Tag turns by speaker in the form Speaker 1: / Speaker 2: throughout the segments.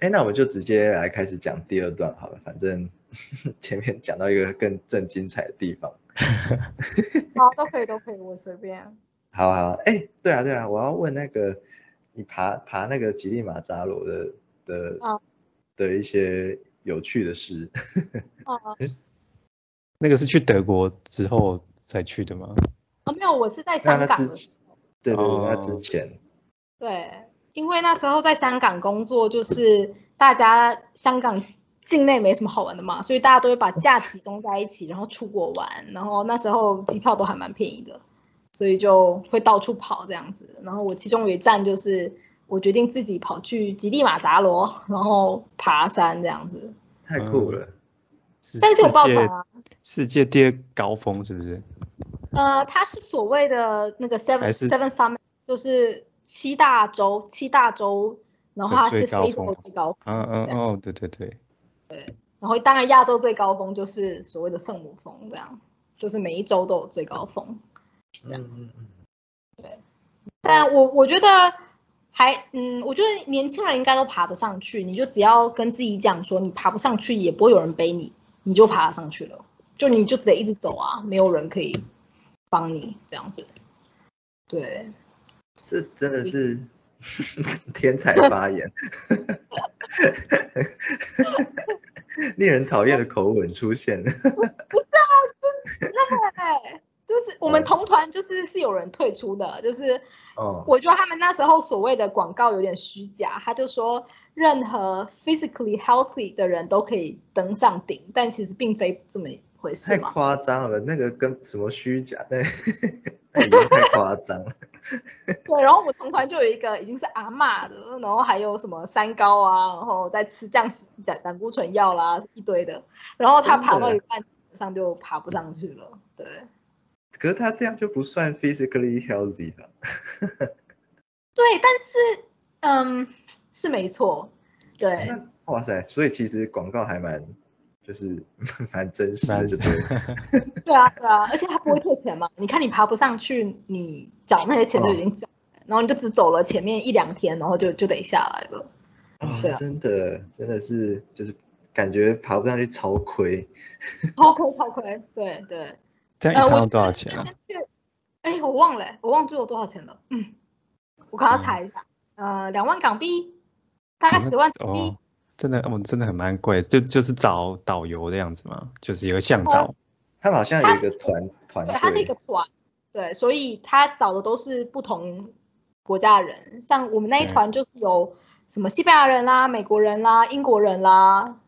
Speaker 1: 哎那我们就直接来开始讲第二段好了，反正 前面讲到一个更更精彩的地方。
Speaker 2: 好，哦都可以，都可以，我随便。
Speaker 1: 好好，哎、对啊对啊，我要问那个你爬爬那个吉力马扎罗的的、
Speaker 2: 哦
Speaker 1: 的一些有趣的事。
Speaker 2: 哦、
Speaker 3: 那个是去德国之后才去的吗？
Speaker 2: 哦，没有，我是在
Speaker 1: 那
Speaker 2: 香
Speaker 1: 他
Speaker 2: 港
Speaker 1: 之
Speaker 2: 的时
Speaker 1: 前，对对对，那
Speaker 3: 哦
Speaker 1: 之前，
Speaker 2: 对，因为那时候在香港工作，就是大家香港境内没什么好玩的嘛，所以大家都会把假集中在一起，然后出国玩。然后那时候机票都还蛮便宜的，所以就会到处跑这样子。然后我其中有一站就是我决定自己跑去吉利马扎罗，然后爬山这样子。
Speaker 1: 太酷
Speaker 3: 嗯
Speaker 1: 了。
Speaker 3: 是
Speaker 2: 但是有
Speaker 3: 世
Speaker 2: 报
Speaker 3: 界
Speaker 2: 团啊
Speaker 3: 世界第二高峰是不是？
Speaker 2: 呃，它是所谓的那个 seven
Speaker 3: 还是
Speaker 2: seven summit，就是七大洲七大洲，然后
Speaker 3: 的
Speaker 2: 它
Speaker 3: 最
Speaker 2: 是
Speaker 3: 高
Speaker 2: 非洲
Speaker 3: 峰
Speaker 2: 最高峰。
Speaker 3: 啊啊
Speaker 2: 对
Speaker 3: 哦，对对对，
Speaker 2: 然后当然亚洲最高峰就是所谓的圣母峰，这样就是每一周都有最高峰。
Speaker 1: 嗯嗯嗯，
Speaker 2: 但我我觉得还嗯，我觉得年轻人应该都爬得上去，你就只要跟自己讲说你爬不上去，也不会有人背你，你就爬得上去了，就你就直接一直走啊，没有人可以帮你这样子。对，
Speaker 1: 这真的
Speaker 2: 你
Speaker 1: 是 天才发 言， 令人讨厌的口吻出现 了。
Speaker 2: 对，哎就是我们
Speaker 1: 嗯
Speaker 2: 同团就是是有人退出的，就是
Speaker 1: 哦，
Speaker 2: 我觉得他们那时候所谓的广告有点虚假，他就说任何 physically healthy 的人都可以登上顶，但其实并非这么一回事
Speaker 1: 太
Speaker 2: 嘛。
Speaker 1: 夸张了，那个跟什么虚假，那 那已经太夸张了。
Speaker 2: 对，然后我们同团就有一个已经是阿嬷的，然后还有什么三高啊，然后在吃降胆胆固醇药啦，一堆的，然后他
Speaker 1: 真的
Speaker 2: 爬到一半上就爬不上去了，对。
Speaker 1: 可是他这样就不算 physically healthy 了。
Speaker 2: 对，但是嗯，是没错，对，
Speaker 1: 那哇塞，所以其实广告还蛮就是 蛮真实的，
Speaker 3: 蛮
Speaker 1: 就对了。
Speaker 2: 对啊，对啊，而且他不
Speaker 3: 嗯
Speaker 2: 会退钱嘛。你看你爬不上去，你缴那些钱就已
Speaker 3: 哦
Speaker 2: 经缴了，然后你就只走了前面一两天，然后就就得下来了。
Speaker 1: 啊
Speaker 2: 对啊
Speaker 1: 真的真的是就是感觉爬不上去超亏。
Speaker 2: 超亏，超亏。对 对，
Speaker 3: 这样
Speaker 2: 呃，
Speaker 3: 一趟
Speaker 2: 我
Speaker 3: 要多少钱
Speaker 2: 我
Speaker 3: 啊
Speaker 2: 先？去，哎，我忘了，我忘记我多少钱了。嗯，我刚
Speaker 3: 嗯
Speaker 2: 刚查一下，呃，两万港币，大概
Speaker 3: 哦那
Speaker 2: 十万港币
Speaker 3: 哦。，真的，我、哦、真的很蛮贵，就就是找导游的样子嘛，就是有个向
Speaker 2: 哦
Speaker 3: 导，
Speaker 1: 他们好像有
Speaker 2: 他
Speaker 1: 一个
Speaker 2: 是
Speaker 1: 团团
Speaker 2: 对，它是一
Speaker 1: 队
Speaker 2: 个，团，对，所以他找的都是不同国家的人，像我们那一
Speaker 3: 对
Speaker 2: 团就是有什么西班牙人啦、美国人啦、英国人啦，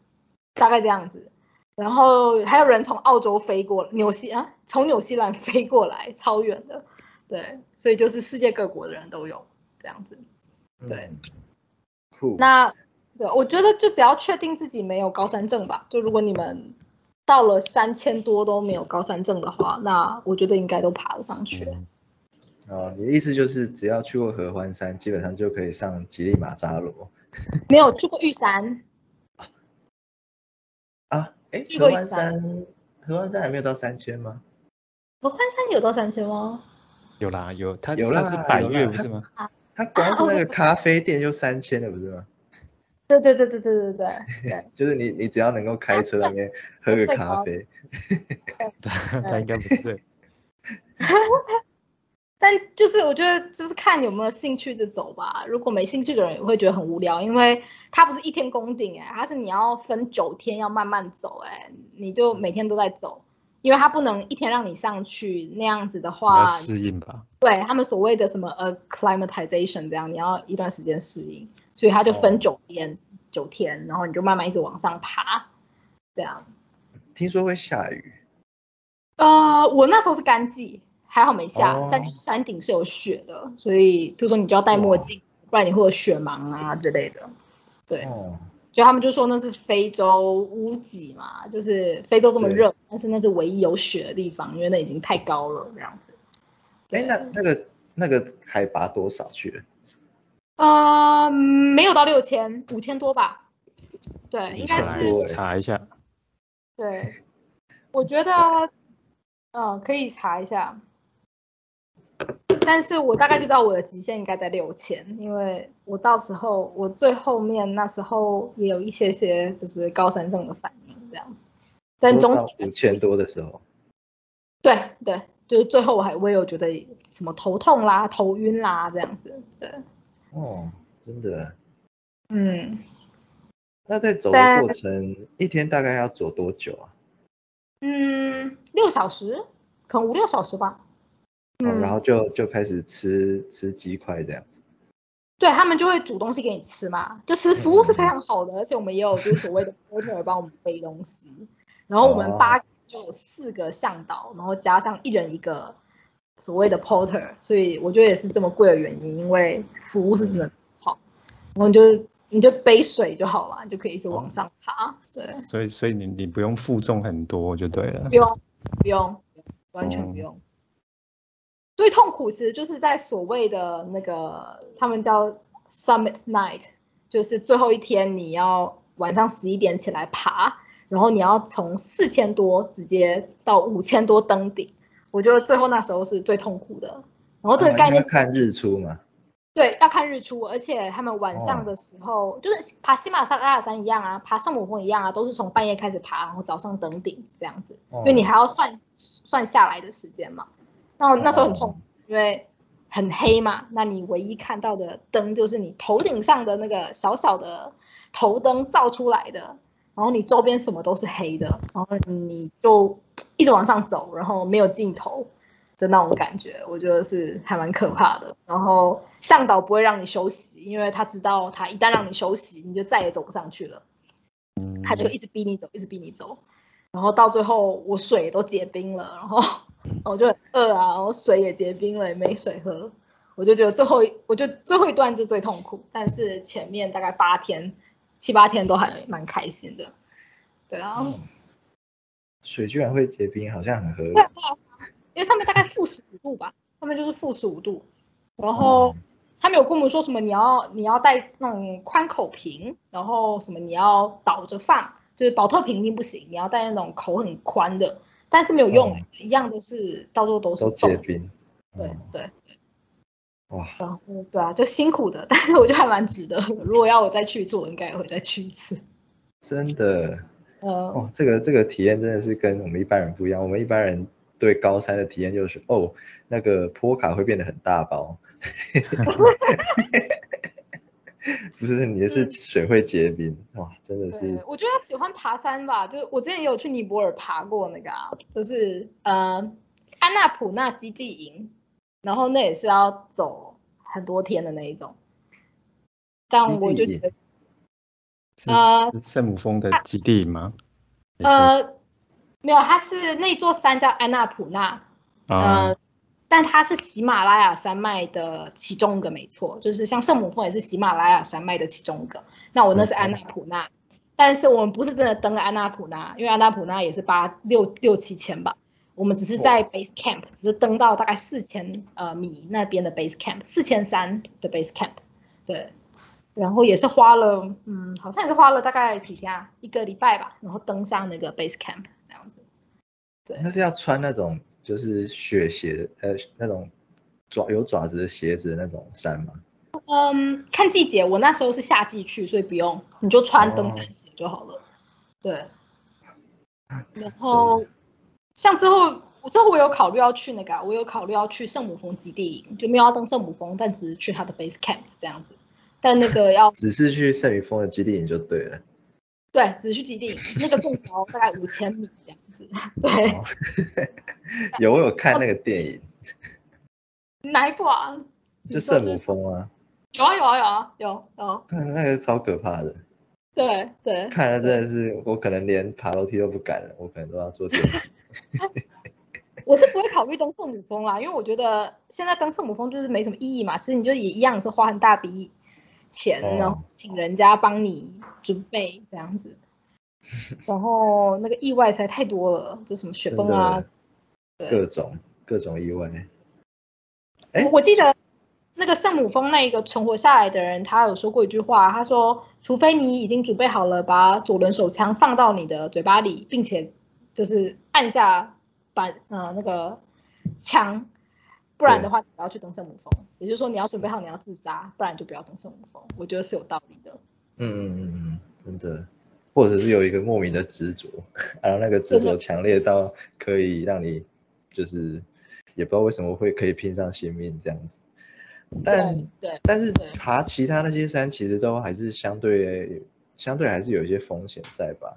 Speaker 2: 大概这样子。然后还有人从澳洲飞过，纽西啊，从纽西兰飞过来，超远的，对，所以就是世界各国的人都有这样子。对
Speaker 1: 嗯，酷。
Speaker 2: 那对，我觉得就只要确定自己没有高山症吧。就如果你们到了三千多都没有高山症的话，那我觉得应该都爬得上去。
Speaker 3: 嗯
Speaker 1: 哦，你的意思就是只要去过合欢山，基本上就可以上吉力马扎罗
Speaker 2: 没有去过玉山，
Speaker 1: 啊？哎，
Speaker 2: 去
Speaker 1: 合
Speaker 2: 过
Speaker 1: 欢
Speaker 2: 云山
Speaker 1: 山，合欢山还没有到三千吗？
Speaker 2: 合欢山有到三千吗？
Speaker 3: 有啦有，他
Speaker 1: 有
Speaker 3: 他
Speaker 1: 啦
Speaker 3: 是百
Speaker 1: 有
Speaker 3: 越
Speaker 1: 啦
Speaker 3: 不是吗？
Speaker 1: 它光是
Speaker 2: 哦
Speaker 1: 那个
Speaker 2: 我
Speaker 1: 咖啡店就三千了，不是吗？
Speaker 2: 对对对对对对对对
Speaker 1: 就是你你只要能够开车到那边喝个
Speaker 2: 对
Speaker 1: 咖
Speaker 2: 哦
Speaker 1: 啡，
Speaker 3: 他他
Speaker 2: 对
Speaker 3: 应该不 是，
Speaker 2: 但就是我觉得就是看有没有兴趣的走吧。如果没兴趣的人也会觉得很无聊，因为它不是一天攻顶哎、它是你要分九天要慢慢走哎、你就每天都在走，因为它不能一天让你上去那样子的
Speaker 3: 你
Speaker 2: 话
Speaker 3: 要，适应吧。
Speaker 2: 对他们所谓的什么 acclimatization 这样，你要一段时间适应，所以他就
Speaker 1: 哦
Speaker 2: 分九天，九、天，然后你就慢慢一直往上爬，这样。
Speaker 1: 听说会下雨。
Speaker 2: 呃，我那时候是干季，还好没下，
Speaker 1: 哦
Speaker 2: 但就是山顶是有雪的，所以比如说你就要戴墨
Speaker 1: 哇
Speaker 2: 镜，不然你会有雪盲啊之类的。对，
Speaker 1: 哦，
Speaker 2: 所以他们就说那是非洲屋脊嘛，就是非洲这么
Speaker 1: 对
Speaker 2: 热，但是那是唯一有雪的地方，因为那已经太高了这样子。
Speaker 1: 哎，
Speaker 2: 对
Speaker 1: 那那个那个海拔多少去了？
Speaker 2: 呃，没有到六千，五千多吧。对，应
Speaker 3: 你
Speaker 2: 该
Speaker 3: 出来
Speaker 2: 是
Speaker 1: 对
Speaker 3: 查一下，
Speaker 2: 对。呃我觉得，嗯、可以查一下。但是我大概就知道我的极限应该在六千，因为我到时候我最后面那时候也有一些些就是高山症的反应这样子，但
Speaker 1: 都
Speaker 2: 总
Speaker 1: 到
Speaker 2: 体
Speaker 1: 五千多的时候，
Speaker 2: 对对，就是最后我还我也有觉得什么头痛啦、头晕啦这样子，对，
Speaker 1: 哦，真的。
Speaker 2: 嗯。
Speaker 1: 那在走的
Speaker 2: 在
Speaker 1: 过程，一天大概要走多久啊？
Speaker 2: 嗯，六小时，可能五六小时吧。
Speaker 1: 哦
Speaker 2: 嗯，
Speaker 1: 然后就就开始吃吃鸡块这样子。
Speaker 2: 对他们就会煮东西给你吃嘛，就是服务是非
Speaker 1: 嗯
Speaker 2: 常好的，而且我们也有就是所谓的 waiter 帮我们背东西，然后我
Speaker 1: 哦
Speaker 2: 们八个就有四个向导，然后加上一人一个所谓的 porter，所以我觉得也是这么贵的原因，因为服务是
Speaker 1: 嗯
Speaker 2: 真的好，然后你就你就背水就好了，你就可以一直
Speaker 1: 哦
Speaker 2: 往上爬，对，
Speaker 3: 所以所以你你不用负重很多就对了
Speaker 2: 不。用，不用，完全
Speaker 3: 哦
Speaker 2: 不用。最痛苦其实就是在所谓的那个他们叫 summit night，就是最后一天你要晚上十一点起来爬，然后你要从四千多直接到五千多登顶。我觉得最后那时候是最痛苦的。然哦后这个
Speaker 1: 啊
Speaker 2: 概
Speaker 1: 因
Speaker 2: 念
Speaker 1: 为看日出嘛。
Speaker 2: 对，要看日出，而且他们晚
Speaker 1: 哦
Speaker 2: 上的时候，就是爬喜马拉雅山一样啊，爬圣母峰一样啊，都是从半夜开始爬，然后早上登顶这样子，因为你
Speaker 1: 哦
Speaker 2: 还要算算下来的时间嘛。那我那时候很
Speaker 1: 哦
Speaker 2: 痛，因为很黑嘛，那你唯一看到的灯就是你头顶上的那个小小的头灯照出来的，然后你周边什么都是黑的，然后你就一直往上走，然后没有尽头的那种感觉，我觉得是还蛮可怕的。然后向导不会让你休息，因为他知道他一旦让你休息，你就再也走不上去了，
Speaker 3: 嗯
Speaker 2: 他就一直逼你走，一直逼你走。然后到最后，我水都结冰了，然后我就很饿啊，然后水也结冰了，也没水喝，我就觉得最后一，我就最后一段就最痛苦，但是前面大概八天、七八天都还蛮开心的，对啊。
Speaker 1: 哦水居然会结冰，好像很合理
Speaker 2: 对。啊，对啊因为上面大概负十五度吧，上面就是负十五度。然
Speaker 1: 哦
Speaker 2: 后他们有跟我们说什么，你要你要带那种宽口瓶，然后什么你要倒着放，就是保特瓶一定不行，你要带那种口很宽的，但是没有用、
Speaker 1: 嗯
Speaker 2: 一样都是到处都是
Speaker 1: 都结
Speaker 2: 洞。
Speaker 1: 冰。
Speaker 2: 对
Speaker 1: 嗯
Speaker 2: 对
Speaker 1: 哇，
Speaker 2: 嗯对啊，就辛苦的，但是我觉得还蛮值得的。如果要我再去一次，我应该也会再去一次。
Speaker 1: 真的
Speaker 2: 呃，
Speaker 1: 哦，这个这个体验真的是跟我们一般人不一样。我们一般人对高山的体验就是，哦，那个坡卡会变得很大 包， 不是你的是
Speaker 2: 嗯
Speaker 1: 水会结冰，哇，真的是
Speaker 2: 对，我觉得喜欢爬山吧，就是我之前也有去尼泊尔爬过那个、啊，就是呃安纳普纳基地营，然后那也是要走很多天的那一种，但我就
Speaker 1: 基地
Speaker 2: 觉
Speaker 1: 营
Speaker 2: 得
Speaker 3: 是
Speaker 2: 呃
Speaker 3: 是圣母峰的基地吗？还是
Speaker 2: 呃没有，它是那座山叫安纳普纳，
Speaker 3: 啊
Speaker 2: 呃，但它是喜马拉雅山脉的其中一个，没错，就是像圣母峰也是喜马拉雅山脉的其中一个。那我那是安纳普纳，但是我们不是真的登了安纳普纳，因为安纳普纳也是八六六七千吧，我们只是在 base camp，只是登到大概四千呃米那边的 base camp，四千三的 base camp，对。然后也是花了，嗯，好像也是花了大概几天啊，一个礼拜吧，然后登上那个 base camp 这样子。对
Speaker 1: 那是要穿那种就是雪鞋，呃，那种爪有爪子的鞋子的那种衫吗？
Speaker 2: 嗯，看季节，我那时候是夏季去，所以不用，你就穿登山鞋就好了。对，然后像之后，我之后我有考虑要去那个啊、我有考虑要去圣母峰基地营，就没有要登圣母峰，但只是去它的 base camp 这样子。但那个要
Speaker 1: 只是去圣女峰的基地营就对 了。
Speaker 2: 对，只是去基地营，那个更高，大概五千米这样子。 对，
Speaker 1: 哦有我有看那个电影，
Speaker 2: 哪一部啊？
Speaker 1: 就
Speaker 2: 你说
Speaker 1: 圣母峰啊，
Speaker 2: 有啊有啊有啊有有，
Speaker 1: 看那个超可怕的，
Speaker 2: 对对。
Speaker 1: 看了真的是我可能连爬楼梯都不敢了，我可能都要坐 电梯。
Speaker 2: 我是不会考虑登圣母峰啦，因为我觉得现在登圣母峰就是没什么意义嘛。其实你就也一样是花很大笔钱，
Speaker 1: 哦
Speaker 2: 然后请人家帮你准备这 样子，然后那个意外实在太多了，就什么雪
Speaker 1: 真
Speaker 2: 崩啊
Speaker 1: 的，
Speaker 2: 对
Speaker 1: 各种各种意外。哎
Speaker 2: 我我记得那个圣母峰那一个存活下来的人，他有说过一句话，他说：“除非你已经准备好了，把左轮手枪放到你的嘴巴里，并且就是按下把呃那个枪，不然的话，你不要去登圣母峰。也就是说，你要准备好你要自杀，不然就不要登圣母峰。我觉得是有道理的。
Speaker 1: 嗯嗯嗯嗯，真的，或者是有一个莫名的执着，然后那个执
Speaker 2: 真
Speaker 1: 着
Speaker 2: 的
Speaker 1: 强烈到可以让你就是也不知道为什么会可以拼上性命这样子。但
Speaker 2: 对对，
Speaker 1: 但是
Speaker 2: 对
Speaker 1: 爬其他那些山其实都还是相对相对还是有一些风险在吧？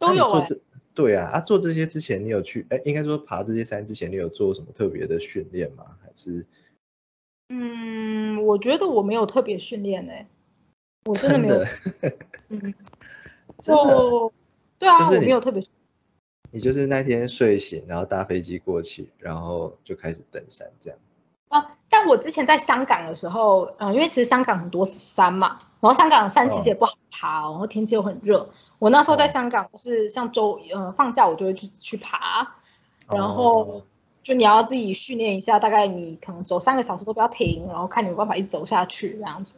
Speaker 2: 都
Speaker 1: 那你
Speaker 2: 有
Speaker 1: 做
Speaker 2: 哎、
Speaker 1: 这对啊，啊，做这些之前你有去哎，应该说爬这些山之前你有做什么特别的训练吗？还是
Speaker 2: 嗯，我觉得我没有特别训练哎、我真的没有。
Speaker 1: 的
Speaker 2: 嗯，
Speaker 1: 真的
Speaker 2: 就对啊，
Speaker 1: 就是
Speaker 2: 我
Speaker 1: 你
Speaker 2: 没有特别训
Speaker 1: 你就是那天睡醒，然后搭飞机过去，然后就开始登山这样。
Speaker 2: 啊，但我之前在香港的时候，嗯、因为其实香港很多山嘛，然后香港的山其实也不好爬哦，然后天气又很热。我那时候在
Speaker 1: 哦
Speaker 2: 香港是像周，呃，放假我就会去去爬，然后
Speaker 1: 哦
Speaker 2: 就你要自己训练一下，大概你可能走三个小时都不要停，然后看你有没有办法一直走下去这样子。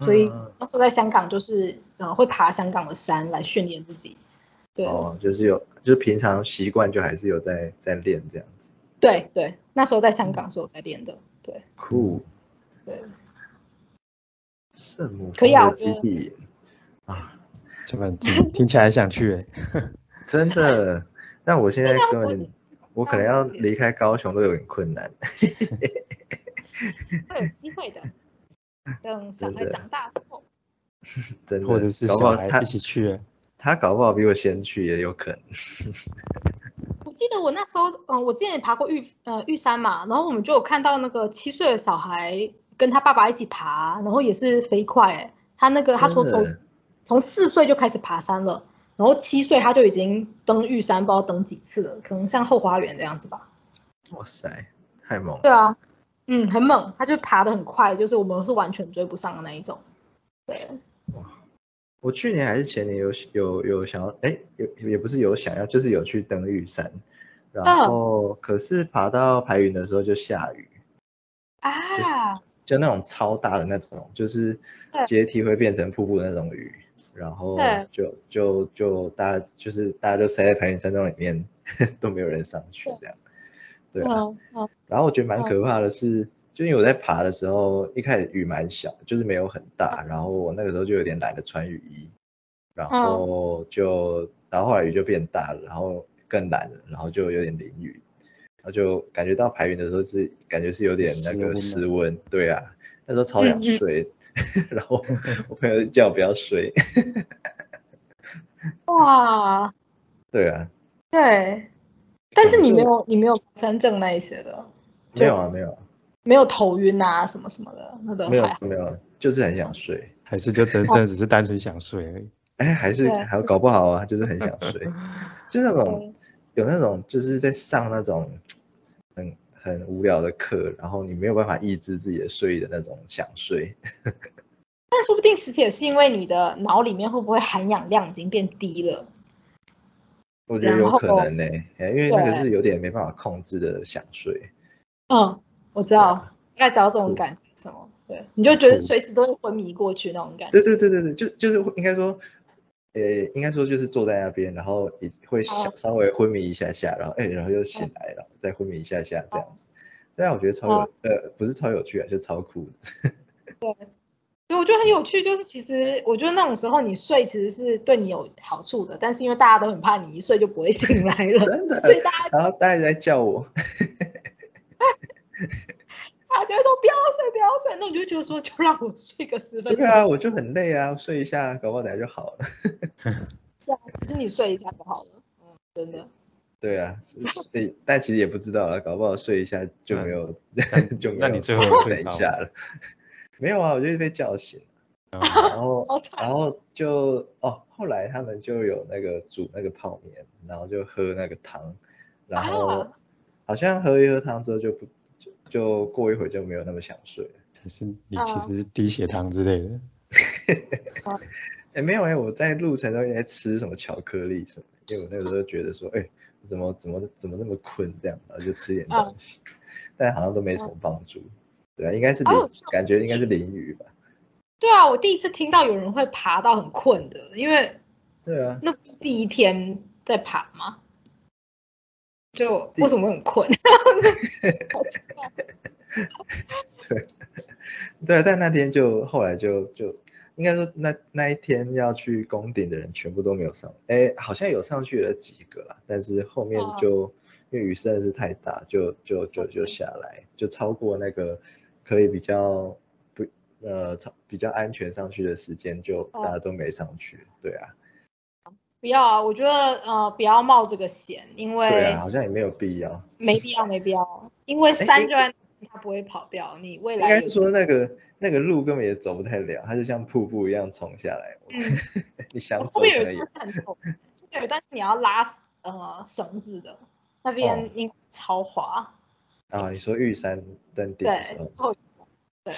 Speaker 2: 所以
Speaker 1: 嗯
Speaker 2: 那时候在香港就是，呃，会爬香港的山来训练自己。对，
Speaker 1: 哦，就是有，就是平常习惯就还是有在在练这样子。
Speaker 2: 对对，那时候在香港是有在练的。对
Speaker 1: 酷，
Speaker 2: 对，
Speaker 1: 圣母
Speaker 2: 可以
Speaker 1: 峰
Speaker 2: 啊我
Speaker 1: 的
Speaker 2: 觉
Speaker 1: 基
Speaker 2: 得
Speaker 1: 地营啊，
Speaker 3: 这么听听起来想去欸，
Speaker 1: 真的。但我现在根
Speaker 2: 我嗯
Speaker 1: 本，我可
Speaker 2: 当
Speaker 1: 能要
Speaker 2: 然可以
Speaker 1: 离开高雄都有点困难。
Speaker 2: 会有机会的。等小孩
Speaker 1: 真的
Speaker 2: 长大之后。
Speaker 1: 真的，
Speaker 3: 或者是
Speaker 1: 搞不
Speaker 3: 小
Speaker 1: 好
Speaker 3: 孩
Speaker 1: 他
Speaker 3: 一起去欸，
Speaker 1: 他搞不好比我先去也有可能。
Speaker 2: 我记得我那时候，嗯、我之前也爬过玉呃玉山嘛，然后我们就有看到那个七岁的小孩跟他爸爸一起爬，然后也是飞快、欸，他那个他说
Speaker 1: 真
Speaker 2: 从
Speaker 1: 的欸
Speaker 2: 从四岁就开始爬山了，然后七岁他就已经登玉山，不知道登几次了，可能像后花园这样子吧。
Speaker 1: 哇塞，太猛
Speaker 2: 对
Speaker 1: 了！
Speaker 2: 啊，嗯，很猛，他就爬得很快，就是我们是完全追不上的那一种。对，
Speaker 1: 我去年还是前年有有有想要，哎，有也不是有想要，就是有去登玉山，然
Speaker 2: 嗯
Speaker 1: 后可是爬到排云的时候就下雨，
Speaker 2: 啊，
Speaker 1: 就那种超大的那种，就是
Speaker 2: 对
Speaker 1: 阶梯会变成瀑布的那种雨，然后
Speaker 2: 对
Speaker 1: 就就就大家就是大家就塞在排云山庄里面， 都没有人上去
Speaker 2: 对
Speaker 1: 这样，对啊。
Speaker 2: 嗯嗯，
Speaker 1: 然后我觉得蛮可怕的是，就因为我在爬的时候，一开始雨蛮小，就是没有很大，然后我那个时候就有点懒得穿雨衣，然
Speaker 2: 嗯
Speaker 1: 后就然后后来雨就变大了，然后更懒了，然后就有点淋雨，然后就感觉到排云的时候是感觉是有点那个
Speaker 3: 湿
Speaker 1: 湿温，对啊，那时候超想
Speaker 2: 嗯嗯
Speaker 1: 睡， 然后我朋友就叫我不要睡，
Speaker 2: 哇，
Speaker 1: 对啊，
Speaker 2: 对，但是
Speaker 1: 嗯
Speaker 2: 你
Speaker 1: 就
Speaker 2: 没有你没有爬山症那一些的。
Speaker 1: 没有啊没有
Speaker 2: 没有头晕啊什么什么的，那
Speaker 1: 啊
Speaker 2: 个
Speaker 1: 没有
Speaker 2: 还好
Speaker 1: 没有啊，就是很想睡，
Speaker 3: 还是就真
Speaker 2: 哦
Speaker 3: 正只是单纯想睡而已。
Speaker 1: 哎，还是
Speaker 2: 对
Speaker 1: 还有搞不好啊，就是很想睡， 就那种有那种就是在上那种很很无聊的课，然后你没有办法抑制自己的睡意的那种想睡。
Speaker 2: 但说不定其实也是因为你的脑里面会不会含氧量已经变低了？
Speaker 1: 我觉得
Speaker 2: 然
Speaker 1: 有可
Speaker 2: 后
Speaker 1: 能呢、哎因为那个
Speaker 2: 对
Speaker 1: 是有点没办法控制的想睡。
Speaker 2: 嗯，我知
Speaker 1: 对
Speaker 2: 道
Speaker 1: 啊，
Speaker 2: 大概知道这
Speaker 1: 是
Speaker 2: 种感觉是什么，对，你就觉得
Speaker 3: 是
Speaker 2: 随时都会昏迷过去那种感觉。
Speaker 1: 对对对对对，就就是会应该说，呃、应该说就是坐在那边，然后也会小
Speaker 2: 哦嗯
Speaker 1: 稍微昏迷一下下，然后哎、然后又醒来，然后再昏迷一下下这样子。对啊，我觉得超有、
Speaker 2: 哦
Speaker 1: 呃，不是超有趣啊，就超酷的。
Speaker 2: 对，我觉得很有趣，就是其实我觉得那种时候你睡其实是对你有好处的，但是因为大家都很怕你一睡就不会醒来了，
Speaker 1: 真的
Speaker 2: 所以大家
Speaker 1: 然后大家一直在叫我，
Speaker 2: 大家就会说不要睡，不要睡，那你就会觉得说就让我睡个十分
Speaker 1: 对
Speaker 2: 钟。
Speaker 1: 啊，我就很累啊，睡一下，搞不好等下就好了。
Speaker 2: 是啊，可是你睡一下就好了，嗯，真的。
Speaker 1: 对啊，所以但其实也不知道啊，搞不好睡一下就没有， 就没有
Speaker 3: 那你最后有
Speaker 1: 等
Speaker 3: 睡
Speaker 1: 一
Speaker 3: 着
Speaker 1: 下了。 没有啊，我就是被叫醒，
Speaker 3: 吗？
Speaker 1: 然后
Speaker 2: 好惨
Speaker 1: 然后就哦，后来他们就有那个煮那个泡面，然后就喝那个汤，然后
Speaker 2: 啊
Speaker 1: 好像喝一喝汤之后就不就就过一会儿就没有那么想睡了。
Speaker 3: 还是你
Speaker 2: 哦
Speaker 3: 其实低血糖之类的，
Speaker 1: 哎，没有哎、我在路程中也在吃什么巧克力什么的，因为我那个时候觉得说，哎、怎么怎么怎么那么困这样，然后就吃点东西，但好像都没什么帮助，对啊，应该是淋，
Speaker 2: 好有趣哦
Speaker 1: 感觉应该是淋雨吧，
Speaker 2: 对啊，我第一次听到有人会爬到很困的，因为
Speaker 1: 对啊，
Speaker 2: 那不是第一天在爬吗？就为什么会很困？好奇怪
Speaker 1: 对，但那天就后来就就应该说那那一天要去攻顶的人全部都没有上，哎，好像有上去了几个啦，但是后面
Speaker 2: 哦
Speaker 1: 就、因为雨实在是太大，就就就就
Speaker 2: OK
Speaker 1: 下来，就超过那个可以比较不呃超比较安全上去的时间，就
Speaker 2: 哦
Speaker 1: 大家都没上去，对啊，
Speaker 2: 不要啊！我觉得呃，不要冒这个险，因
Speaker 1: 对
Speaker 2: 为
Speaker 1: 啊，好像也没有必要。
Speaker 2: 没必要，没必要。因为山就在那里，它不会跑掉。你未
Speaker 1: 应
Speaker 2: 来
Speaker 1: 该
Speaker 2: 有
Speaker 1: 是说那个那个路根本也走不太了，它就像瀑布一样冲下来，
Speaker 2: 嗯，
Speaker 1: 你想
Speaker 2: 我
Speaker 1: 走
Speaker 2: 后面有
Speaker 1: 可
Speaker 2: 一
Speaker 1: 以
Speaker 2: 段，是很痛，后面有一段是你要拉呃绳子的，那边
Speaker 1: 哦
Speaker 2: 应该超滑。
Speaker 1: 啊，你说玉山登顶的时
Speaker 2: 对
Speaker 1: 候，，
Speaker 2: 后对，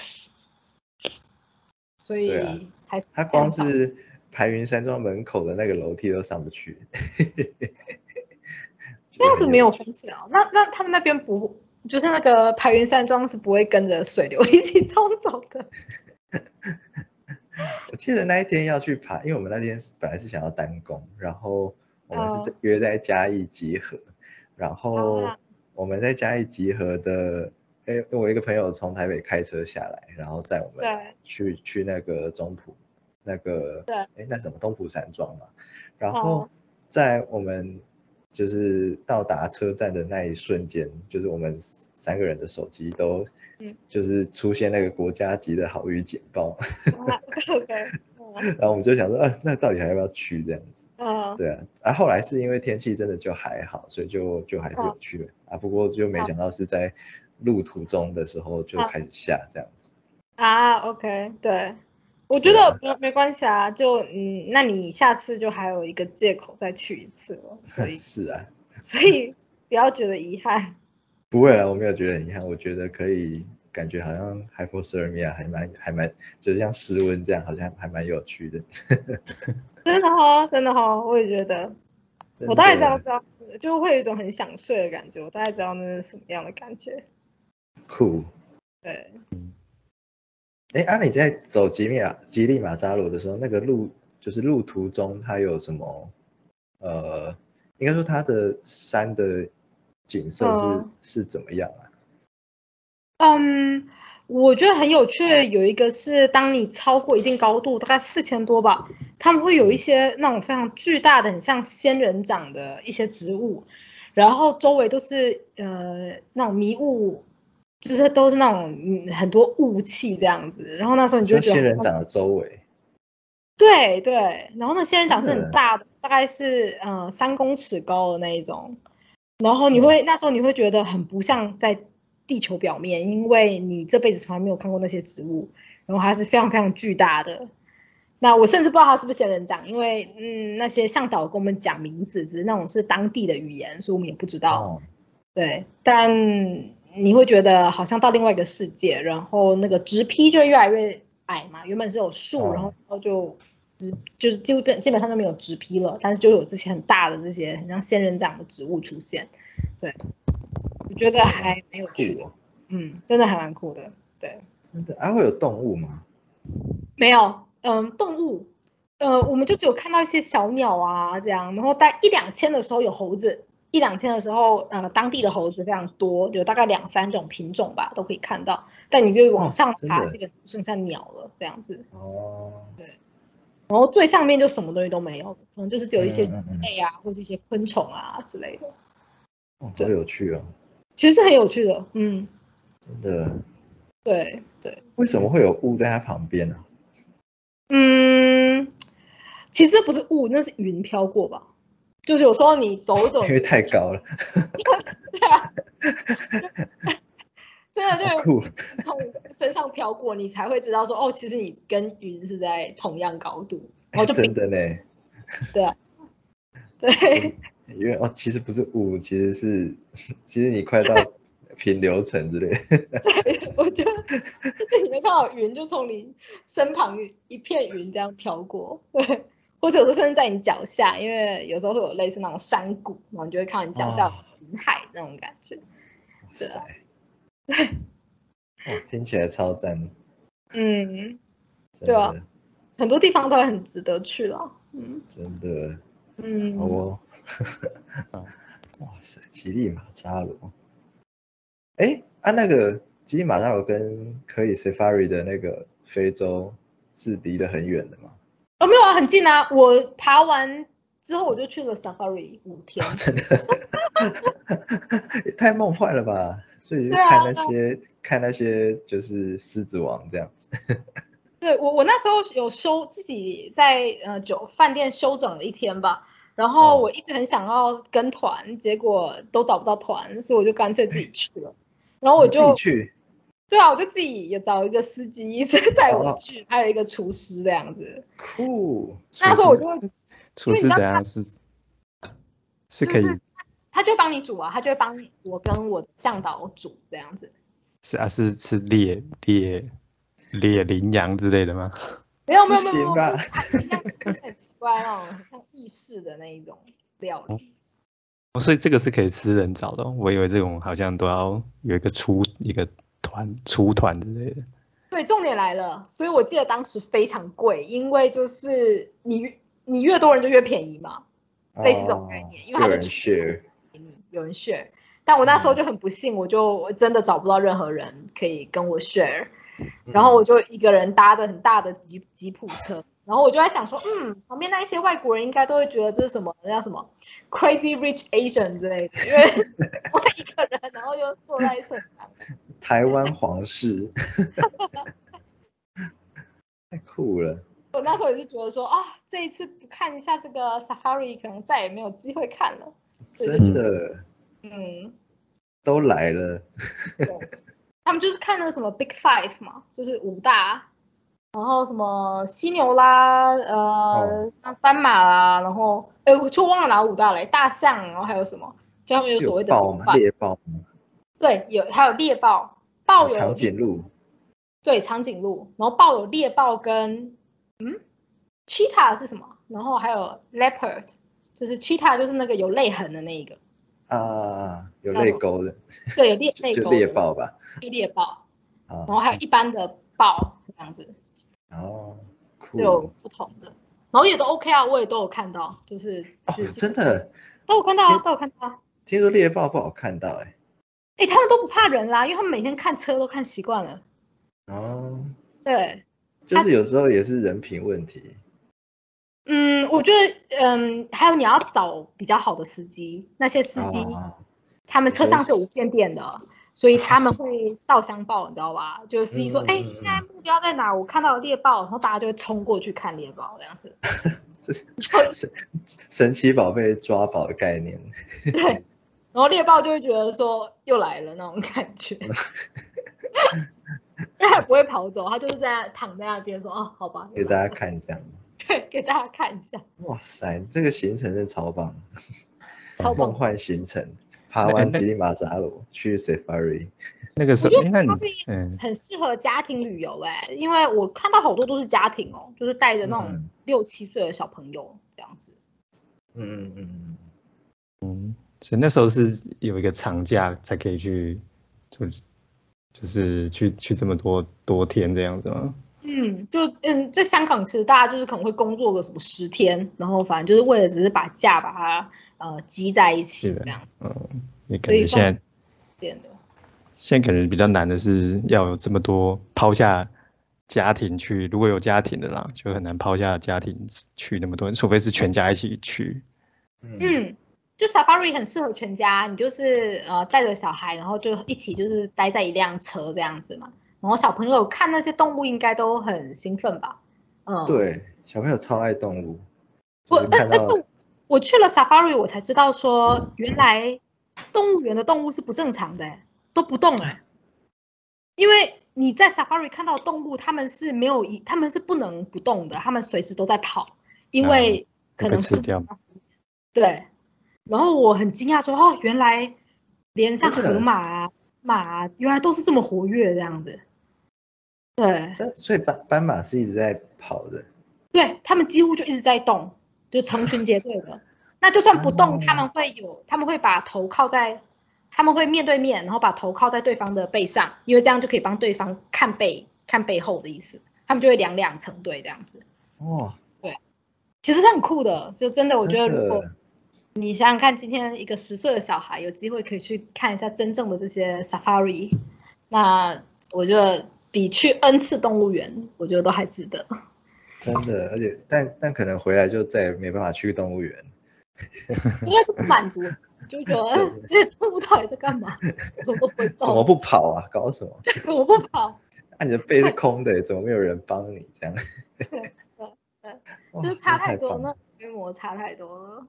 Speaker 2: 所以
Speaker 1: 嗯对啊
Speaker 2: 还是
Speaker 1: 它光
Speaker 2: 很少
Speaker 1: 是排云山庄门口的那个楼梯都上不去，
Speaker 2: 这样子没有
Speaker 1: 觉得很
Speaker 2: 风险哦。那那他们那边不就是那个排云山庄是不会跟着水流一起冲走的？
Speaker 1: 有趣。我记得那一天要去爬，因为我们那天是本来是想要单攻，然后我们
Speaker 2: 哦
Speaker 1: 是在约在嘉义集合，然后
Speaker 2: 啊
Speaker 1: 我们在嘉义集合的，哎，我一个朋友从台北开车下来，然后载我们
Speaker 2: 对
Speaker 1: 去去那个中埔，那个
Speaker 2: 对
Speaker 1: 哎那什么东埔山庄嘛，然
Speaker 2: 哦
Speaker 1: 后在我们就是到达车站的那一瞬间，就是我们三个人的手机都
Speaker 2: 嗯
Speaker 1: 就是出现那个国家级的好雨警报，
Speaker 2: ，OK OK，嗯
Speaker 1: 然后我们就想说，啊，那到底还要不要去这样子？
Speaker 2: 嗯，
Speaker 1: 对啊，啊，后来是因为天气真的就还好，所以就就还是
Speaker 2: 哦
Speaker 1: 有去、啊，不过就没想到是在路途中的时候就
Speaker 2: 嗯
Speaker 1: 开始下这样子。
Speaker 2: 啊，OK，对，我觉
Speaker 1: 对
Speaker 2: 得
Speaker 1: 啊
Speaker 2: 没没关系啊，就嗯，那你下次就还有一个借口再去一次了，所以
Speaker 1: 是啊，
Speaker 2: 所以不要觉得遗憾。
Speaker 1: 不会啦，我没有觉得很遗憾，我觉得可以，感觉好像 hypothermia 还蛮还蛮，就是像室温这样，好像还蛮有趣的。
Speaker 2: 真的哦，真的哦，我也觉得，我大概知道
Speaker 1: 样
Speaker 2: 知道，嗯就会有一种很想睡的感觉，我大概知道那是什么样的感觉。
Speaker 1: 酷。
Speaker 2: 对，
Speaker 1: 哎，啊，你在走吉米亚吉利马扎罗的时候，那个路就是路途中它有什么？呃，应该说它的山的景色是、
Speaker 2: 嗯
Speaker 1: 是怎么样啊？
Speaker 2: 嗯，我觉得很有趣，有一个是当你超过一定高度，大概四千多吧，他们会有一些那种非常巨大的，很像仙人掌的一些植物，然后周围都是呃那种迷雾，就是都是那种嗯很多雾气这样子，然后那时候你就会
Speaker 1: 就
Speaker 2: 觉得
Speaker 1: 仙人
Speaker 2: 很
Speaker 1: 掌的周围，
Speaker 2: 对对，然后那仙人掌是
Speaker 1: 真
Speaker 2: 很
Speaker 1: 的
Speaker 2: 大的，大概是嗯三公尺高的那一种。然后你
Speaker 1: 嗯
Speaker 2: 会那时候你会觉得很不像在地球表面，因为你这辈子从来没有看过那些植物，然后它是非常非常巨大的。那我甚至不知道它是不是仙人掌，因为嗯那些向导跟我们讲名字，只是那种是当地的语言，所以我们也不知道。
Speaker 1: 哦，
Speaker 2: 对，但你会觉得好像到另外一个世界，然后那个植披就越来越矮嘛，原本是有树，
Speaker 1: 哦
Speaker 2: 然后然后就植就是基本基本上就没有植披了，但是就有这些很大的这些很像仙人掌的植物出现，对，我觉得还蛮有趣
Speaker 1: 酷
Speaker 2: 的
Speaker 1: 哦，，
Speaker 2: 嗯，真的还蛮酷的，对。
Speaker 1: 真的啊，会有动物吗？
Speaker 2: 没有，嗯，动物，呃，我们就只有看到一些小鸟啊这样，然后在一两千的时候有猴子，一两千的时候，呃，当地的猴子非常多，有大概两三种品种吧，都可以看到。但你越往
Speaker 1: 哦
Speaker 2: 上
Speaker 1: 真
Speaker 2: 爬，
Speaker 1: 的
Speaker 2: 这个只剩下鸟了这样子，
Speaker 1: 哦，
Speaker 2: 然后最上面就什么东西都没有，可能就是只有一些
Speaker 1: 嗯嗯嗯嗯
Speaker 2: 类啊，或是一些昆虫啊之类的，
Speaker 1: 哦
Speaker 2: 对
Speaker 1: 好有趣哦，
Speaker 2: 其实是很有趣的，嗯，
Speaker 1: 真的。
Speaker 2: 对对。
Speaker 1: 为什么会有雾在它旁边啊呢、
Speaker 2: 嗯，其实那不是雾，那是云飘过吧。就是有时候你 走一走，
Speaker 1: 因为太高了，
Speaker 2: 真的就
Speaker 1: 好
Speaker 2: 有
Speaker 1: 酷。
Speaker 2: 从你身上飘过，你才会知道说，哦，其实你跟云是在同样高度，然后哦就
Speaker 1: 真
Speaker 2: 并
Speaker 1: 的呢，
Speaker 2: 对
Speaker 1: 因为哦，其实不是雾，其实是， 其实你快 到平流层之类的。
Speaker 2: 对，我觉得就是你能看到云就从你身旁一片云这样飘过，对，或者有时候甚至在你脚下，因为有时候会有类似那种山谷，然后你就会看到你脚下有
Speaker 1: 哦
Speaker 2: 云海那种感觉，
Speaker 1: 哇
Speaker 2: 对啊
Speaker 1: 塞，哇，听起来超赞，
Speaker 2: 嗯，
Speaker 1: 真
Speaker 2: 对啊
Speaker 1: 的
Speaker 2: 很多地方都很值得去了，嗯
Speaker 1: 真的。
Speaker 2: 嗯，
Speaker 1: 好哦， 哇塞，吉力马扎罗。哎，啊，那个吉力马扎罗跟可以 Safari 的那个非洲是离得很远的嘛？
Speaker 2: 哦，没有啊，很近啊。我爬完之后，我就去了 Safari 五天。
Speaker 1: 真的， 也太梦幻了吧！所以就
Speaker 2: 对啊
Speaker 1: 看那些、看那些就是狮子王这样子。
Speaker 2: 对我，我那时候有休自己在呃酒饭店休整了一天吧，然后
Speaker 1: 嗯
Speaker 2: 我一直很想要跟团，结果都找不到团，所以我就干脆自 己去了。然后我
Speaker 1: 你自己
Speaker 2: 就
Speaker 1: 去，
Speaker 2: 对啊，我就自己也找一个司机 载我
Speaker 1: 哦
Speaker 2: 去，还有一个厨师这样子。
Speaker 1: 酷，
Speaker 2: 那时候我就
Speaker 1: 嗯
Speaker 3: 厨
Speaker 2: 因为
Speaker 3: 师
Speaker 2: 你知道
Speaker 3: 怎样是是
Speaker 2: 就
Speaker 3: 可以
Speaker 2: 是他就会帮你煮啊，他就会帮我跟我的向导煮这样子。
Speaker 3: 是啊是是猎猎猎羚羊之类的吗？
Speaker 2: 没有
Speaker 1: 不
Speaker 2: 没有没有没有，
Speaker 1: 行吧
Speaker 2: 就是它一样很奇怪那种，很像意式的那一种料理。
Speaker 3: 哦，所以这个是可以私人找的哦、我以为这种好像都要有一个出一个团出团之类的。
Speaker 2: 对，重点来了，所以我记得当时非常贵，因为就是你越你越多人就越便宜嘛，类似这种概念，因为它
Speaker 1: 哦有
Speaker 2: 就
Speaker 1: 人
Speaker 2: 全部
Speaker 1: share，嗯
Speaker 2: 有人 share。但我那时候就很不幸，我就我真的找不到任何人可以跟我 share，然
Speaker 1: 嗯
Speaker 2: 后我就一个人搭着很大的吉吉普车，然后我就在想说，嗯，旁边那一些外国人应该都会觉得这是什么，那叫什么 crazy rich Asian 之类的，因为 我一个人，然后就坐在车上，
Speaker 1: 台湾皇室，太酷了。
Speaker 2: 我那时候也是觉得说，啊，这一次不看一下这个 Safari，可能再也没有机会看了。
Speaker 1: 真的
Speaker 2: 嗯，
Speaker 1: 都来了，
Speaker 2: 他们就是看那个什么 Big Five 嘛，就是五大，然后什么犀牛啦，
Speaker 1: 哦
Speaker 2: 呃，斑马啦，然后哎，我就忘了哪五大嘞，大象，然后还有什么？就他们有
Speaker 1: 是
Speaker 2: 所谓的
Speaker 1: 豹
Speaker 2: 五
Speaker 1: 吗？
Speaker 2: 大
Speaker 1: 猎豹吗？
Speaker 2: 对，有还有猎豹，豹有
Speaker 1: 长颈鹿，
Speaker 2: 对长颈鹿，然后豹有猎豹跟嗯，cheetah 是什么？然后还有 leopard，就是 cheetah 就是那个有泪痕的那一个，
Speaker 1: 啊，有
Speaker 2: 那
Speaker 1: 泪
Speaker 2: 种
Speaker 1: 沟的，
Speaker 2: 对，有猎泪
Speaker 1: 就
Speaker 2: 沟
Speaker 1: 猎
Speaker 2: 的哦
Speaker 1: 豹吧。
Speaker 2: 猎豹，
Speaker 1: 啊
Speaker 2: 然，后还有一般的豹这样子。
Speaker 1: 然后酷
Speaker 2: 有
Speaker 1: 哦，
Speaker 2: 不同的，然后也都 OK 啊，我也都有看到，就是是
Speaker 1: 哦真的，
Speaker 2: 都有看到啊，
Speaker 1: 天
Speaker 2: 都有看到啊。
Speaker 1: 听说猎豹不好看到哎。
Speaker 2: 哎，他们都不怕人啦，因为他们每天看车都看习惯了。
Speaker 1: 哦，
Speaker 2: 对，
Speaker 1: 就
Speaker 2: 它
Speaker 1: 是有时候也是人品问题。
Speaker 2: 嗯，我觉得，嗯，还有你要找比较好的司机，那些司机、
Speaker 1: 啊，
Speaker 2: 他们车
Speaker 1: 你说
Speaker 2: 上是有无线电的，所以 他们会倒相报，你知道吧？就是司机说，
Speaker 1: 嗯嗯
Speaker 2: 哎、
Speaker 1: 嗯嗯
Speaker 2: 现在目标在哪？我看到了猎豹，然后大家就会冲过去看猎豹这样子。
Speaker 1: 神奇宝贝抓宝的概念，
Speaker 2: 对，然后猎豹就会觉得说又来了那种感觉， 因为它也不会跑走，它就是在躺在那边说哦，好吧，
Speaker 1: 给
Speaker 2: 又
Speaker 1: 大
Speaker 2: 来
Speaker 1: 家
Speaker 2: 了
Speaker 1: 看这样。
Speaker 2: 对给大家看 一下，
Speaker 1: 哇塞，这个行程真的超棒，
Speaker 2: 超
Speaker 1: 梦
Speaker 2: 棒。
Speaker 1: 幻行程，爬
Speaker 3: 那
Speaker 1: 完
Speaker 3: 那
Speaker 1: 吉力马扎罗去 Safari，
Speaker 3: 那个时
Speaker 2: 觉
Speaker 3: 候，
Speaker 2: 得
Speaker 3: 诶那你
Speaker 2: Safari
Speaker 3: 嗯，
Speaker 2: 很适合家庭旅游哎、因为我看到好多都是家庭哦，就是带着那种
Speaker 1: 嗯
Speaker 2: 六七岁的小朋友这样子。
Speaker 1: 嗯嗯嗯
Speaker 3: 所以那时候是有一个长假才可以去，就是就是去去这么多多天这样子吗？
Speaker 2: 嗯，就嗯，在香港其实大家就是可能会工作个什么十天，然后反正就是为了只是把假把它呃积在一起
Speaker 3: 是的
Speaker 2: 这样
Speaker 3: 嗯，你感
Speaker 2: 所以
Speaker 3: 觉现
Speaker 2: 算
Speaker 3: 在
Speaker 2: 变的。
Speaker 3: 现在感觉比较难的是要有这么多抛下家庭去，如果有家庭的啦，就很难抛下家庭去那么多人，除非是全家一起去。
Speaker 1: 嗯嗯，
Speaker 2: 嗯，就 Safari 很适合全家，你就是呃带着小孩，然后就一起就是待在一辆车这样子嘛。然后小朋友看那些动物应该都很兴奋吧？嗯，。
Speaker 1: 对，小朋友超爱动物，
Speaker 2: 我呃
Speaker 1: 就是看
Speaker 2: 而而且
Speaker 1: 到嗯
Speaker 2: 我我去了 Safari，我才知道说原来动物园的动物是不正常的、都不动哎、因为你在 Safari 看到动物，它们是没有一，它们是不能不动的，它们随时都在跑，因
Speaker 1: 啊
Speaker 2: 为可能
Speaker 3: 会吃
Speaker 2: 是
Speaker 3: 掉
Speaker 2: 对，然后我很惊讶说哦，原来连像
Speaker 1: 真的
Speaker 2: 河马啊、马啊，原来都是这么活跃这样子。对
Speaker 1: 这所以斑斑马是一直在跑的，
Speaker 2: 对，他们几乎就一直在动，就成群结队的。那就算不动，
Speaker 1: 哦
Speaker 2: 他们会有，他们会把头靠在，他们会面对面，然后把头靠在对方的背上，因为这样就可以帮对方看背、看背后的意思。他们就会两两成对这样子，
Speaker 1: 哇，
Speaker 2: 其实是很酷的。就真的，我觉得
Speaker 1: 真
Speaker 2: 如果
Speaker 1: 的
Speaker 2: 你想想看，今天一个十岁的小孩有机会可以去看一下真正的这些 safari，那我觉得比去 n 次动物园，我觉得都还值得。
Speaker 1: 真的，而且但但可能回来就再也没办法去动物园，
Speaker 2: 应该就是满足，就觉得
Speaker 1: 真的
Speaker 2: 这些动物到底在干嘛？ 怎么不
Speaker 1: 怎么
Speaker 2: 动？
Speaker 1: 不跑啊？搞什么？
Speaker 2: 怎么不跑？
Speaker 1: 啊，你的背是空的，怎么没有人帮你这样？ 哇
Speaker 2: 就是
Speaker 1: 真
Speaker 2: 差
Speaker 1: 的
Speaker 2: 太
Speaker 1: 哦棒
Speaker 2: 多，
Speaker 1: 了
Speaker 2: 那规模差太多了。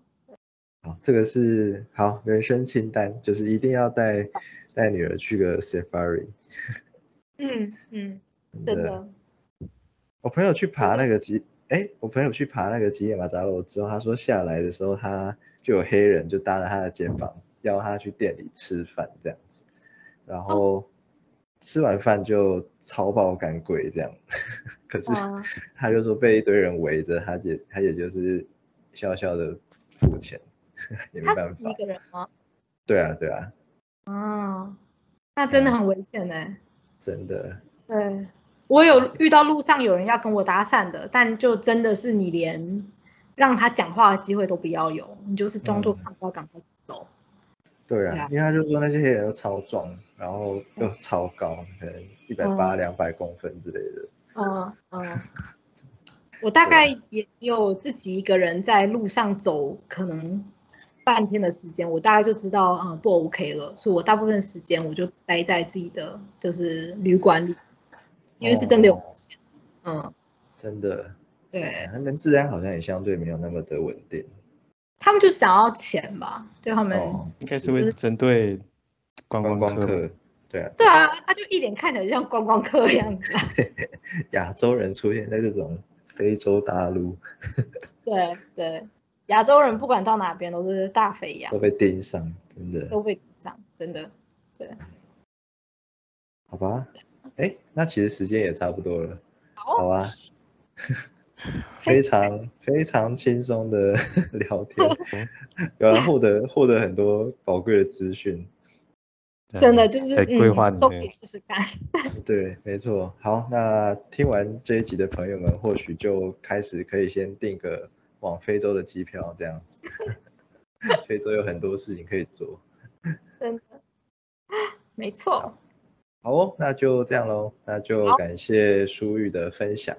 Speaker 1: 好，这个是好人生清单，就是一定要带带女儿去个 safari。
Speaker 2: 嗯嗯，真的。
Speaker 1: 我朋友去爬
Speaker 2: 我就
Speaker 1: 那个吉，哎，我朋友去爬那个吉野马扎罗之后，他说下来的时候，他就有黑人就搭着他的肩膀，邀他去店里吃饭这样子，
Speaker 2: 哦
Speaker 1: 然后吃完饭就超爆干贵这样，可是
Speaker 2: 哇，
Speaker 1: 他就说被一堆人围着，他也他也就是笑笑的付钱， 也没
Speaker 2: 他
Speaker 1: 办
Speaker 2: 是
Speaker 1: 法
Speaker 2: 一。个人吗？
Speaker 1: 对啊，对啊，
Speaker 2: 啊，那真
Speaker 1: 嗯
Speaker 2: 的很危险呢、
Speaker 1: 真的。
Speaker 2: 对，我有遇到路上有人要跟我搭讪的，但就真的是你连让他讲话的机会都不要有，你就是装作
Speaker 1: 嗯
Speaker 2: 看不到，赶快走。
Speaker 1: 对
Speaker 2: 对
Speaker 1: 啊
Speaker 2: 啊，嗯
Speaker 1: 因为他就说那些黑人都超壮，然后又超高，可能一百八、两百公分之类的。
Speaker 2: 嗯嗯，我大概也只有自己一个人在路上走，可能半天的时间，我大概就知道嗯不 OK 了，所以我大部分时间我就待在自己的就是旅馆里，因为是真的有危险。嗯，
Speaker 1: 真的，哎
Speaker 2: 对
Speaker 1: 他们治安好像也相对没有那么的稳定。
Speaker 2: 他们就想要钱吧，就他们、
Speaker 1: 哦，
Speaker 3: 应该是会针对观
Speaker 1: 观光
Speaker 3: 光客吧。
Speaker 1: 客，对啊，
Speaker 2: 对啊，他就一脸看起来就像观光客的 样子、啊。
Speaker 1: 亚洲人出现在这种非洲大陆
Speaker 2: 对对，亚洲人不管到哪边都是大肥羊
Speaker 1: 都，被盯上，真的，
Speaker 2: 都被盯上，真的。
Speaker 1: 好吧？哎，那其实时间也差不多了，
Speaker 2: 好
Speaker 1: 好 啊。非常非常轻松的 聊
Speaker 3: 嗯
Speaker 1: 天，有人获得获得很多宝贵的资讯。
Speaker 3: 对啊
Speaker 2: 真的就是
Speaker 3: 在规划
Speaker 2: 嗯、
Speaker 3: 你
Speaker 2: 都
Speaker 3: 的
Speaker 2: 可以试试看。
Speaker 1: 对，没错。好，那听完这一集的朋友们，或许就开始可以先订个往非洲的机票，这样子。 非洲有很多事情可以做。
Speaker 2: 没错，
Speaker 1: 好哦，那就这样喽。那就
Speaker 2: 好
Speaker 1: 感谢舒玉的分享。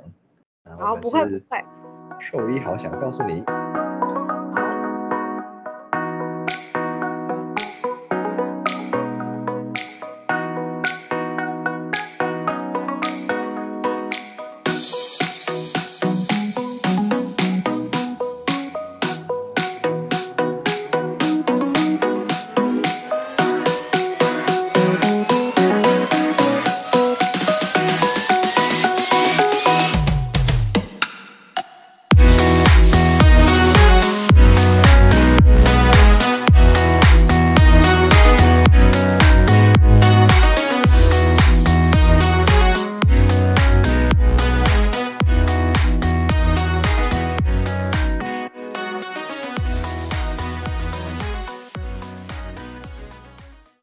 Speaker 1: 然后
Speaker 2: 好，
Speaker 1: 我们
Speaker 2: 不会不
Speaker 1: 是
Speaker 2: 会，
Speaker 1: 兽医，好想告诉你，